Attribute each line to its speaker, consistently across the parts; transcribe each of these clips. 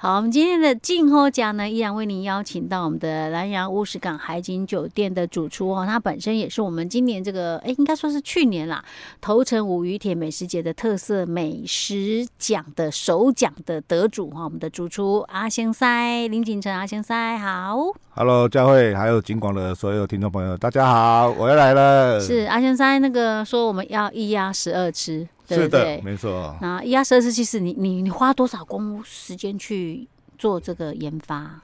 Speaker 1: 好，我们今天的静候奖呢，依然为您邀请到我们的南洋乌石港海景酒店的主厨哦，他本身也是我们今年这个，哎，应该说是去年啦，头城五渔铁美食节的特色美食奖的首奖的得主哦哈、我们的主厨阿先塞林景成阿先塞，好。
Speaker 2: Hello，佳慧，还有金广的所有听众朋友，大家好，我又来了。
Speaker 1: 是阿先生那个说我们要一鸭十二吃，对
Speaker 2: 是
Speaker 1: 不
Speaker 2: 的，
Speaker 1: 对？
Speaker 2: 没错。
Speaker 1: 那一鸭十二吃，其实你你你花多少工时间去做这个研发？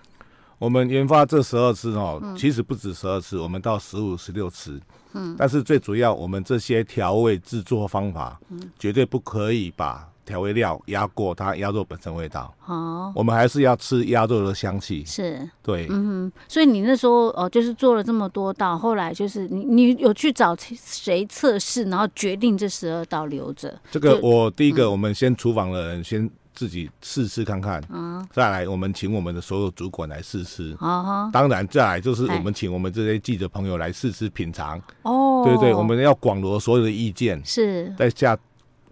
Speaker 2: 我们研发这十二次哦，
Speaker 1: 嗯
Speaker 2: 其实不止十二次，我们到十五、十六次。嗯，但是最主要，我们这些调味制作方法，
Speaker 1: 嗯
Speaker 2: 绝对不可以把调味料压过它鸭肉本身味道。
Speaker 1: 哦，
Speaker 2: 我们还是要吃鸭肉的香气。
Speaker 1: 是，
Speaker 2: 对，
Speaker 1: 嗯，所以你那时候哦，就是做了这么多道，后来就是你你有去找谁测试，然后决定这十二道留着，
Speaker 2: 这个
Speaker 1: 就嗯
Speaker 2: 我第一个，我们先厨房的人先自己试试看看。嗯，再来，我们请我们的所有主管来试吃。
Speaker 1: 哦
Speaker 2: 当然，再来就是
Speaker 1: 哎
Speaker 2: 我们请我们这些记者朋友来试吃品尝，
Speaker 1: 哦，
Speaker 2: 对不对？我们要广罗所有的意见，
Speaker 1: 是，
Speaker 2: 在下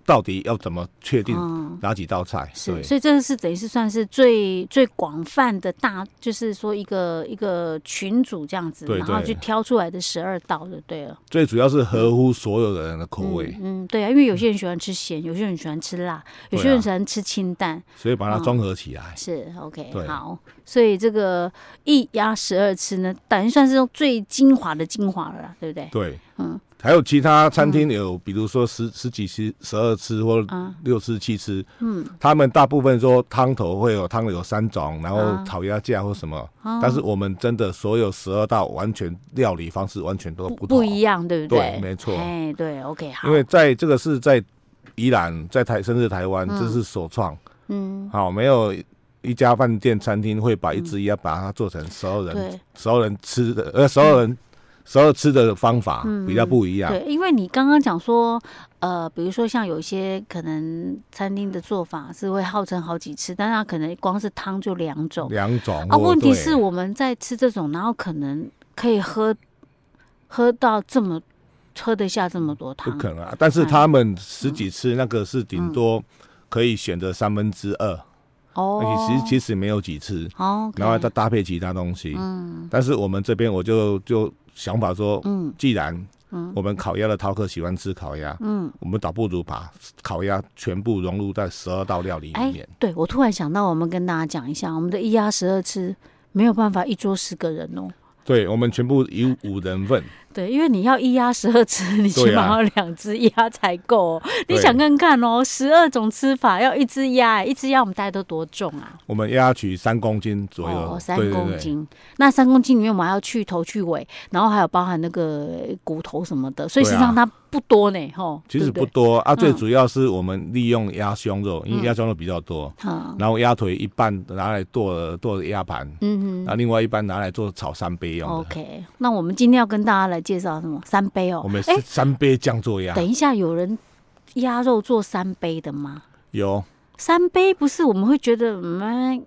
Speaker 2: 到底要怎么确定
Speaker 1: 嗯。
Speaker 2: 哪几道菜？
Speaker 1: 是，
Speaker 2: 对，
Speaker 1: 所以这个是等于是算是最最广泛的大，就是说一个一个群组这样子，
Speaker 2: 对
Speaker 1: 然后
Speaker 2: 对
Speaker 1: 去挑出来的十二道就对了。
Speaker 2: 最主要是合乎所有的人的口味，
Speaker 1: 嗯，嗯，对啊，因为有些人喜欢吃咸，有些人喜欢吃辣，有些
Speaker 2: 对啊
Speaker 1: 人喜欢吃清淡，
Speaker 2: 所以把它综合起来。
Speaker 1: 是 OK
Speaker 2: 对
Speaker 1: 好。所以这个一鸭十二吃呢，等于算是用最精华的精华了啦，对不对？
Speaker 2: 对，
Speaker 1: 嗯，
Speaker 2: 还有其他餐厅有，比如说十十几吃、十二吃或
Speaker 1: 啊，
Speaker 2: 六吃、七吃，
Speaker 1: 嗯，
Speaker 2: 他们大部分说汤头会有汤有三种，然
Speaker 1: 啊
Speaker 2: 后炒鸭架或什么，
Speaker 1: 哦
Speaker 2: 但是我们真的所有十二道完全料理方式完全都
Speaker 1: 不
Speaker 2: 不
Speaker 1: 不
Speaker 2: 同。
Speaker 1: 一样，对不
Speaker 2: 对没错
Speaker 1: 哎，对，OK 好。
Speaker 2: 因为在这个是在宜兰，在台甚至台湾，
Speaker 1: 嗯
Speaker 2: 这是首创。
Speaker 1: 嗯，
Speaker 2: 好，没有一家饭店餐厅会把一只鸭把它做成十二人
Speaker 1: 对。
Speaker 2: 十二人吃的，呃，十二人十二吃的方法
Speaker 1: 嗯
Speaker 2: 比较不一样。
Speaker 1: 对，因为你刚刚讲说，呃，比如说像有一些可能餐厅的做法是会号称好几次，但它可能光是汤就两种
Speaker 2: 两种
Speaker 1: 啊。
Speaker 2: 或
Speaker 1: 问题
Speaker 2: 对
Speaker 1: 是我们在吃这种，然后可能可以喝喝到这么喝得下这么多
Speaker 2: 不
Speaker 1: 汤，
Speaker 2: 可能啊，但是他们十几
Speaker 1: 嗯
Speaker 2: 次那个是顶多可以选择三分之二，
Speaker 1: 哦，
Speaker 2: 其实其实没有几次，
Speaker 1: 哦，
Speaker 2: 然后再搭配其他东西。
Speaker 1: 嗯
Speaker 2: 但是我们这边我就就想法说，
Speaker 1: 嗯
Speaker 2: 既然
Speaker 1: 嗯
Speaker 2: 我们烤鸭的饕客喜欢吃烤鸭，
Speaker 1: 嗯，
Speaker 2: 我们倒不如把烤鸭全部融入在十二道料理里
Speaker 1: 哎
Speaker 2: 面。，
Speaker 1: 对我突然想到，我们跟大家讲一下，我们的一鸭十二吃没有办法一桌十个人哦。
Speaker 2: 对，我们全部以五人份，
Speaker 1: 对，因为你要一鸭十二吃，你起
Speaker 2: 对啊
Speaker 1: 码要两只鸭才够、哦。你
Speaker 2: 对
Speaker 1: 想看看哦，十二种吃法要一只鸭，欸一只鸭我们大家都多重啊？
Speaker 2: 我们鸭取三公斤左右，
Speaker 1: 哦，三
Speaker 2: 对对
Speaker 1: 公
Speaker 2: 对
Speaker 1: 斤。那三公斤里面我们还要去头去尾，然后还有包含那个骨头什么的，所以
Speaker 2: 对啊
Speaker 1: 实际上它不多呢，吼。
Speaker 2: 其实
Speaker 1: 对
Speaker 2: 不
Speaker 1: 不对，
Speaker 2: 多啊，
Speaker 1: 嗯
Speaker 2: 最主要是我们利用鸭胸肉，因为鸭胸肉比较多，
Speaker 1: 嗯
Speaker 2: 然后鸭腿一半拿来剁剁鸭盘，
Speaker 1: 嗯
Speaker 2: 然后另外一半拿来做炒三杯
Speaker 1: 哼
Speaker 2: 用的。
Speaker 1: ，OK。那我们今天要跟大家来介绍什么？三杯哦
Speaker 2: 我，们是
Speaker 1: 哎
Speaker 2: 三杯酱做鸭，
Speaker 1: 等一下，有人鸭肉做三杯的吗？
Speaker 2: 有
Speaker 1: 三杯不是我们会觉得嗯，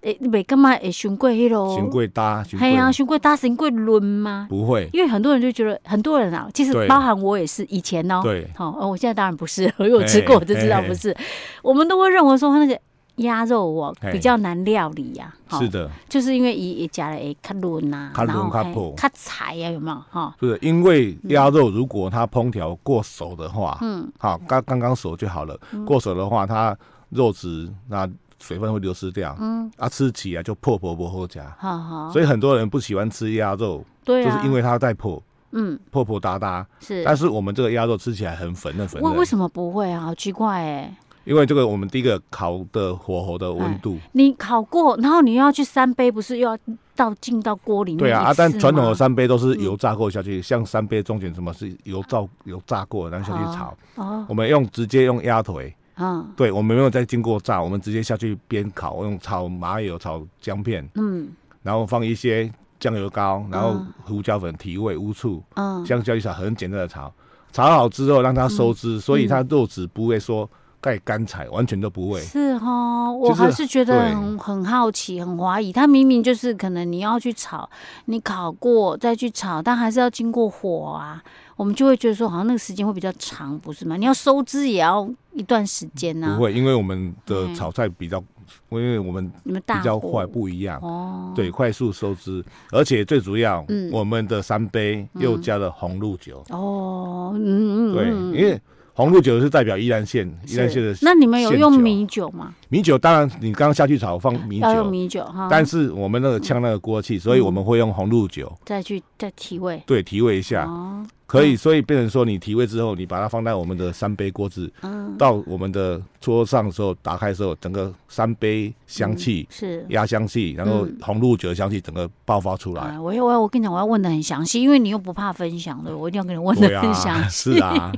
Speaker 1: 诶，每干嘛哎诶，熊贵迄咯，
Speaker 2: 行贵搭行
Speaker 1: 嘿呀，
Speaker 2: 贵，
Speaker 1: 熊贵搭行贵轮吗？
Speaker 2: 不会，
Speaker 1: 因为很多人就觉得，很多人啊，其实
Speaker 2: 对
Speaker 1: 包含我也是，以前哦，
Speaker 2: 对
Speaker 1: 好、哦，我现在当然不是， 因为我吃过我就知道不是，我们都会认为说那个鸭肉哦
Speaker 2: 嘿
Speaker 1: 比较难料理呀、好
Speaker 2: 是，的，
Speaker 1: 就是因为伊伊加了诶，较嫩呐，
Speaker 2: 较
Speaker 1: 啊
Speaker 2: 嫩
Speaker 1: 然后
Speaker 2: 较
Speaker 1: 嘿
Speaker 2: 薄
Speaker 1: 较柴呀、有没有哈？
Speaker 2: 是因为鸭肉如果它烹调过熟的话，嗯，好，刚刚刚熟就好了，
Speaker 1: 嗯
Speaker 2: 过熟的话它肉质那水分会流失掉，嗯，啊吃起来就破破不后加，
Speaker 1: 好好，
Speaker 2: 所以很多人不喜欢吃鸭肉，
Speaker 1: 哦对
Speaker 2: 就
Speaker 1: 啊，
Speaker 2: 是因为它在破。
Speaker 1: 嗯
Speaker 2: 破破哒哒，
Speaker 1: 是，啊
Speaker 2: 但是我们这个鸭肉吃起来很粉嫩粉
Speaker 1: 为为
Speaker 2: 嫩，
Speaker 1: 什么不会啊？好奇怪哎、
Speaker 2: 因为这个我们第一个烤的火候的温度，
Speaker 1: 你烤过，然后你又要去三杯，不是又要倒进到锅里面？
Speaker 2: 对啊啊，但传统的
Speaker 1: 三
Speaker 2: 三杯都
Speaker 1: 嗯
Speaker 2: 是油炸过下去，像三杯中卷什么是油
Speaker 1: 啊
Speaker 2: 炸油炸过然后下去炒，
Speaker 1: 哦，
Speaker 2: 我们用直接用鸭腿，
Speaker 1: 嗯
Speaker 2: 对我们没有再经过炸，我们直接下去边烤，用炒麻油炒姜片，
Speaker 1: 嗯
Speaker 2: 然后放一些酱油膏，然后
Speaker 1: 嗯
Speaker 2: 胡椒粉提味乌醋，
Speaker 1: 嗯，
Speaker 2: 香蕉一炒很简单的炒，炒好之后让它收
Speaker 1: 嗯
Speaker 2: 汁，所以它肉质不会说盖干柴，完全都不会。
Speaker 1: 是哦，我
Speaker 2: 就是
Speaker 1: 还是觉得
Speaker 2: 对
Speaker 1: 很很好奇，很怀疑。它明明就是可能你要去炒，你烤过再去炒，但还是要经过火啊，我们就会觉得说好像那个时间会比较长，不是吗？你要收汁也要一段时间呐、啊
Speaker 2: 不会，因为我们的
Speaker 1: 嗯
Speaker 2: 炒菜比较因为我们
Speaker 1: 你们
Speaker 2: 比
Speaker 1: 大
Speaker 2: 较
Speaker 1: 火
Speaker 2: 快，不一样，
Speaker 1: 哦，
Speaker 2: 对，快速收汁，而且最主要，
Speaker 1: 嗯
Speaker 2: 我们的三杯又加了红露酒，
Speaker 1: 哦，嗯嗯，
Speaker 2: 对，
Speaker 1: 嗯
Speaker 2: 因为红露酒是代表宜兰县，宜兰县的
Speaker 1: 是那你们有
Speaker 2: 现
Speaker 1: 用
Speaker 2: 酒
Speaker 1: 米酒吗？
Speaker 2: 米酒，当然你刚刚下去炒放米
Speaker 1: 要用
Speaker 2: 酒，
Speaker 1: 米酒嗯哈，
Speaker 2: 但是我们那个呛那个锅气，所以我们会用红露酒，
Speaker 1: 再去再提味。
Speaker 2: 对，提味一下，
Speaker 1: 哦，
Speaker 2: 可以，所以变成说你提味之后，你把它放在我们的三杯锅子，
Speaker 1: 嗯，
Speaker 2: 到我们的桌上的时候，打开的时候，整个三杯香气、
Speaker 1: 是。
Speaker 2: 压香气，然后
Speaker 1: 嗯
Speaker 2: 红露酒的香气整个爆发出来。
Speaker 1: 哎，我要我要我跟你讲，我要问的很详细，因为你又不怕分享的，我一定要跟你问的
Speaker 2: 对
Speaker 1: 很
Speaker 2: 啊，
Speaker 1: 详细。
Speaker 2: 是啊，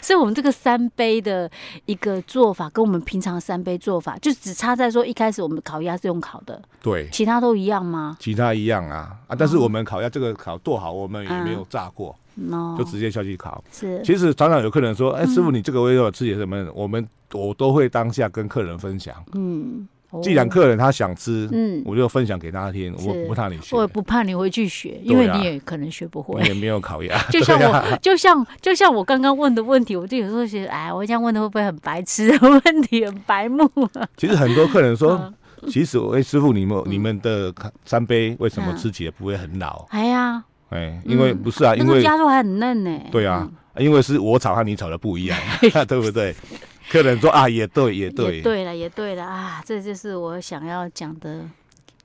Speaker 1: 所以，我们这个三杯的一个做法，跟我们平常三杯做法，就只差在说一开始我们烤鸭是用烤的，
Speaker 2: 对，
Speaker 1: 其他都一样吗？
Speaker 2: 其他一样啊啊！但是我们烤鸭这个烤多好，我们也没有炸过，
Speaker 1: 哦，嗯
Speaker 2: 就直接下去烤。
Speaker 1: 是
Speaker 2: 其实常常有客人说：“哎，师傅，你这个味道吃起来什么？”我们我都会当下跟客人分享。
Speaker 1: 嗯，哦
Speaker 2: 既然客人他想吃，
Speaker 1: 嗯，
Speaker 2: 我就分享给他听，
Speaker 1: 是
Speaker 2: 我不怕你学
Speaker 1: 我，也不怕你回去学，因为
Speaker 2: 对啊
Speaker 1: 你也可能学不会，
Speaker 2: 你。也没有烤鸭
Speaker 1: 就像
Speaker 2: 对
Speaker 1: 我，
Speaker 2: 啊
Speaker 1: 就像就像我刚刚问的问题，我就有时候觉得，哎，我这样问的会不会很白痴的 问题，很白目啊？
Speaker 2: 其实很多客人
Speaker 1: 嗯
Speaker 2: 说，其实我哎、师傅，你们你们的三杯为什么
Speaker 1: 嗯
Speaker 2: 吃起来不会很老？
Speaker 1: 哎呀，
Speaker 2: 哎、因为
Speaker 1: 嗯
Speaker 2: 不是啊，
Speaker 1: 那
Speaker 2: 因
Speaker 1: 个
Speaker 2: 为
Speaker 1: 鸭肉还很嫩呢、嗯
Speaker 2: 对啊，因为是我炒和你炒的不一样， 对 不对？客人说啊，也对，也
Speaker 1: 嗯，
Speaker 2: 对，
Speaker 1: 也对了，也对了啊，这就是我想要讲的。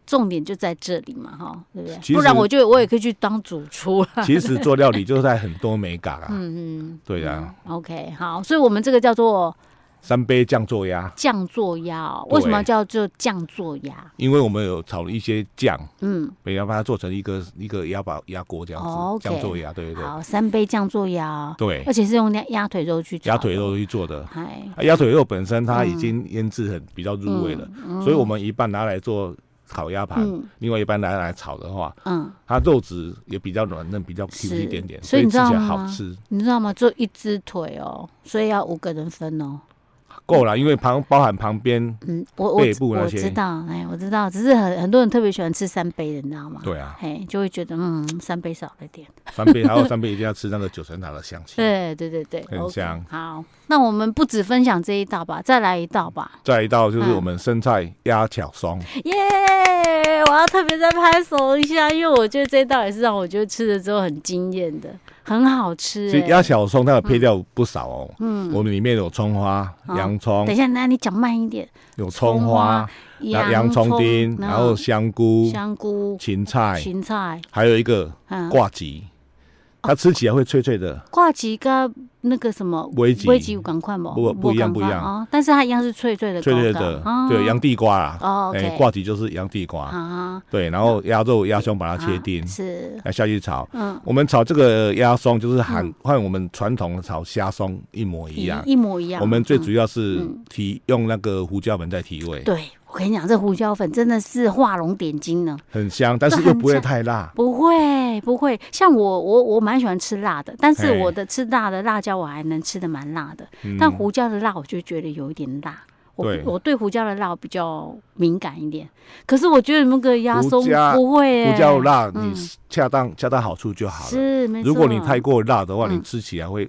Speaker 1: 重点就在这里嘛，哈，对不
Speaker 2: 其
Speaker 1: 对？
Speaker 2: 实
Speaker 1: 不然我就我也可以去当主厨了。
Speaker 2: 其实做料理就是在很多美感啊，
Speaker 1: 嗯嗯，
Speaker 2: 对啊，
Speaker 1: OK，好，所以我们这个叫做
Speaker 2: 三杯酱做鸭，
Speaker 1: 酱做鸭、哦，
Speaker 2: 对
Speaker 1: 为什么叫做酱做鸭？
Speaker 2: 因为我们有炒了一些酱，
Speaker 1: 嗯，
Speaker 2: 每要把它做成一个一个鸭煲鸭锅这样
Speaker 1: 哦
Speaker 2: 子，
Speaker 1: ，OK
Speaker 2: 酱、做鸭，对对
Speaker 1: 好，三杯酱做鸭哦、
Speaker 2: 对对
Speaker 1: 而，且是用那鸭腿肉去炒
Speaker 2: 鸭
Speaker 1: 的
Speaker 2: 腿，肉去做的。
Speaker 1: 哎，
Speaker 2: 啊鸭腿肉本身它已经腌制很比较入味了，
Speaker 1: 嗯
Speaker 2: 所以我们一半拿来做烤鸭盘，
Speaker 1: 嗯
Speaker 2: 另外一半拿来炒的话，
Speaker 1: 嗯，
Speaker 2: 它肉质也比较软嫩，比较 Q
Speaker 1: 是
Speaker 2: 一点点，
Speaker 1: 所以
Speaker 2: 吃
Speaker 1: 你知
Speaker 2: 起
Speaker 1: 道
Speaker 2: 来好
Speaker 1: 吗
Speaker 2: 吃。
Speaker 1: 你知道吗？就一只腿哦，所以要五个人分哦。
Speaker 2: 够了，因为旁包含旁边，
Speaker 1: 嗯，我我
Speaker 2: 背部那
Speaker 1: 我
Speaker 2: 些
Speaker 1: 知道，哎，我知道，只是很很多人特别喜欢吃三杯的，你知道吗？
Speaker 2: 对啊，
Speaker 1: 哎，就会觉得嗯，三杯少了点。
Speaker 2: 三杯，还有三杯一定要吃那个九层塔的香气。
Speaker 1: 对对对对，
Speaker 2: 很
Speaker 1: OK，
Speaker 2: 香
Speaker 1: 好，那我们不止分享这一道吧，再来一道吧。
Speaker 2: 再一道就是
Speaker 1: 嗯
Speaker 2: 我们生菜鸭巧松，
Speaker 1: 耶、我要特别再拍手一下，因为我觉得这道也是让我觉得吃了之后很惊艳的，很好吃、
Speaker 2: 其
Speaker 1: 哎
Speaker 2: 实鸭巧松它的配料不少哦。嗯，我们里面有葱花、
Speaker 1: 好
Speaker 2: 洋葱
Speaker 1: 等一，下，那你讲慢一点。
Speaker 2: 有葱花、然后洋葱丁，然后香菇、
Speaker 1: 嗯香菇、
Speaker 2: 芹菜，
Speaker 1: 芹菜，
Speaker 2: 还有一个
Speaker 1: 嗯，哦
Speaker 2: 挂棘，它吃起来会脆脆的。
Speaker 1: 挂棘跟那个什么
Speaker 2: 尾棘
Speaker 1: 危有赶快吗？
Speaker 2: 不不一样不一样
Speaker 1: 啊！但是它一样是脆脆的，
Speaker 2: 脆脆
Speaker 1: 高
Speaker 2: 的
Speaker 1: 高啊，
Speaker 2: 对，洋地瓜
Speaker 1: 哦
Speaker 2: 啦，哎
Speaker 1: ，OK
Speaker 2: 挂棘就是洋地瓜，
Speaker 1: 啊，
Speaker 2: 对，然后鸭肉、鸭胸把它切
Speaker 1: 啊
Speaker 2: 丁，
Speaker 1: 是
Speaker 2: 来下去炒。
Speaker 1: 嗯
Speaker 2: 我们炒这个鸭松就是和
Speaker 1: 嗯
Speaker 2: 和我们传统的炒虾松一模一样。
Speaker 1: 一模一样。
Speaker 2: 我们最主
Speaker 1: 嗯
Speaker 2: 要是
Speaker 1: 嗯
Speaker 2: 提用那个胡椒粉在提味，
Speaker 1: 对我跟你讲，这胡椒粉真的是画龙点睛呢，
Speaker 2: 很香，但是
Speaker 1: 那
Speaker 2: 又
Speaker 1: 很
Speaker 2: 不会
Speaker 1: 香
Speaker 2: 太辣。
Speaker 1: 不会不会。像我我我蛮喜欢吃辣的，但是
Speaker 2: 嘿
Speaker 1: 我的吃辣的辣椒我还能吃的蛮辣的，
Speaker 2: 哎嗯
Speaker 1: 但胡椒的辣我就觉得有一点辣。我
Speaker 2: 对
Speaker 1: 我对胡椒的辣我比较敏感一点，可是我觉得那个鸭
Speaker 2: 胡
Speaker 1: 松
Speaker 2: 椒
Speaker 1: 不会、欸，
Speaker 2: 胡椒辣，你
Speaker 1: 嗯
Speaker 2: 恰当恰到好处就好了。
Speaker 1: 是没错。
Speaker 2: 如果你太过辣的话，你
Speaker 1: 嗯
Speaker 2: 吃起来会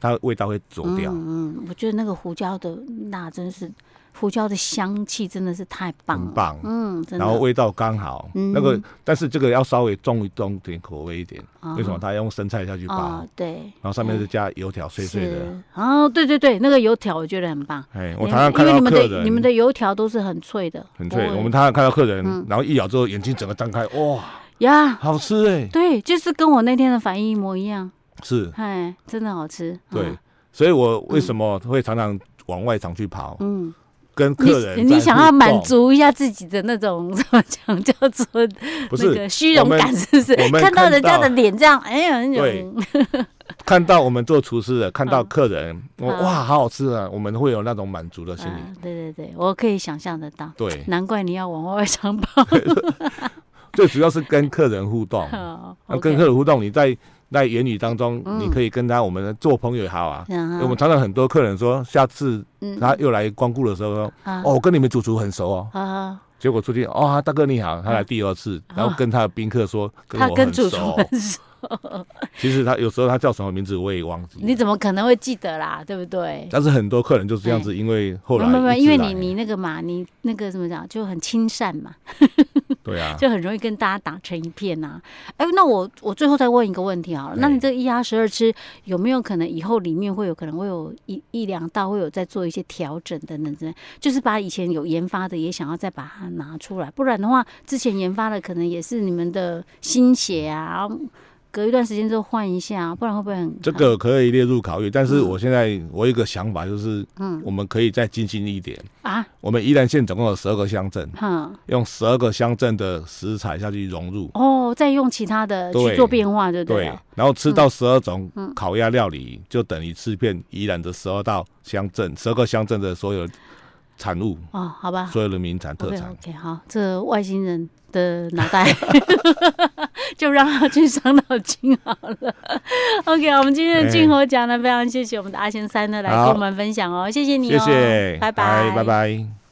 Speaker 2: 它味道会走掉。
Speaker 1: 嗯嗯，我觉得那个胡椒的辣真是，胡椒的香气真的是太棒了，
Speaker 2: 很棒
Speaker 1: 嗯，真的。
Speaker 2: 然后味道刚好，
Speaker 1: 嗯
Speaker 2: 那个但是这个要稍微重一重点口味一点，
Speaker 1: 啊
Speaker 2: 为什么？它要用生菜下去包，
Speaker 1: 哦，对，
Speaker 2: 然后上面是加油条碎碎的。
Speaker 1: 是。哦，对对对，那个油条我觉得很棒。
Speaker 2: 哎，我
Speaker 1: 你们
Speaker 2: 常常看
Speaker 1: 因为
Speaker 2: 到
Speaker 1: 你们
Speaker 2: 客
Speaker 1: 的
Speaker 2: 人
Speaker 1: 你们的油条都是很脆的，
Speaker 2: 很
Speaker 1: 不
Speaker 2: 脆，
Speaker 1: 会
Speaker 2: 我们常常看到客人
Speaker 1: 嗯，
Speaker 2: 然后一咬之后眼睛整个张开，哇，
Speaker 1: 呀，
Speaker 2: 好吃哎，
Speaker 1: 对，就是跟我那天的反应一模一样，
Speaker 2: 是，
Speaker 1: 哎，真的好吃。
Speaker 2: 对
Speaker 1: 啊，，
Speaker 2: 所以我为什么会常常往外场去跑，
Speaker 1: 嗯，
Speaker 2: 跟
Speaker 1: 你
Speaker 2: 客人在
Speaker 1: 你想要
Speaker 2: 互动
Speaker 1: 满，足一下自己的那种怎么讲叫做那
Speaker 2: 不是
Speaker 1: 个虚荣
Speaker 2: 我们
Speaker 1: 感，是不是？
Speaker 2: 我们
Speaker 1: 看到
Speaker 2: 看
Speaker 1: 人家
Speaker 2: 到
Speaker 1: 的脸这样，哎呀，那种
Speaker 2: 对看到我们做厨师的，看到
Speaker 1: 嗯
Speaker 2: 客人，我
Speaker 1: 嗯
Speaker 2: 哇，好好吃啊，我们会有那种满足的心理
Speaker 1: 啊，，对对对，我可以想象得到。
Speaker 2: 对，
Speaker 1: 难怪你要往外长跑。
Speaker 2: 最主要是跟客人互 动。嗯那
Speaker 1: 嗯 OK
Speaker 2: 跟客人互动，你在在言语当中，
Speaker 1: 嗯
Speaker 2: 你可以跟他我们做朋友也好啊。
Speaker 1: 嗯
Speaker 2: 我们常常很多客人说，下次
Speaker 1: 嗯
Speaker 2: 他又来光顾的时候，说
Speaker 1: 啊
Speaker 2: 哦，我跟你们主厨很熟哦。
Speaker 1: 啊，
Speaker 2: 结果出去，哦，大哥你好，他来第二次，然后跟他的宾客说，
Speaker 1: 嗯他
Speaker 2: 我
Speaker 1: 跟
Speaker 2: 很
Speaker 1: 主
Speaker 2: 熟
Speaker 1: 厨
Speaker 2: 哦，
Speaker 1: 很熟，
Speaker 2: 其实他有时候他叫什么名字我也忘记 了，
Speaker 1: 你怎么可能会记得啦？对不对？
Speaker 2: 但是很多客人就是这样子，因为后
Speaker 1: 没
Speaker 2: 来
Speaker 1: 哎有没有没有，
Speaker 2: 一直
Speaker 1: 因为
Speaker 2: 来啊
Speaker 1: 你你那个嘛，你那个怎么讲，就很亲善嘛，
Speaker 2: 对啊，
Speaker 1: 就很容易跟大家打成一片呐、哎，那我我最后再问一个问题好了，
Speaker 2: 对
Speaker 1: 那你这一压十二吃有没有可能以后里面会有可能会有一一两道会有在做一些调整等等等，就是把以前有研发的也想要再把它拿出来，不然的话，之前研发的可能也是你们的心血啊，隔一段时间之后换一下，啊不然会不会很
Speaker 2: 这个可以列入考虑。但是我现在我有一个想法就是，嗯，我们可以再精进一点。
Speaker 1: 啊？
Speaker 2: 我们宜兰县总共有十二个乡镇，
Speaker 1: 哼，
Speaker 2: 用十二个乡镇的食材下去融入，
Speaker 1: 哦，再用其他的去
Speaker 2: 对
Speaker 1: 做变化，对啊嗯不
Speaker 2: 对
Speaker 1: 了？，
Speaker 2: 然后吃到十二种烤鸭料理，就等于吃遍宜兰的十二道乡镇、十二个乡镇的所有产物、
Speaker 1: 哦，好吧，
Speaker 2: 所有的名产特
Speaker 1: OK
Speaker 2: 产。
Speaker 1: 哦 OK，好，这外星人的脑袋 就让他去伤脑筋好了。OK，我们今天的静候奖呢，非常谢谢我们的阿贤三呢来跟
Speaker 2: 好
Speaker 1: 我们分享哦，谢谢你
Speaker 2: 谢
Speaker 1: 哦，
Speaker 2: 谢，
Speaker 1: 拜
Speaker 2: 拜拜拜。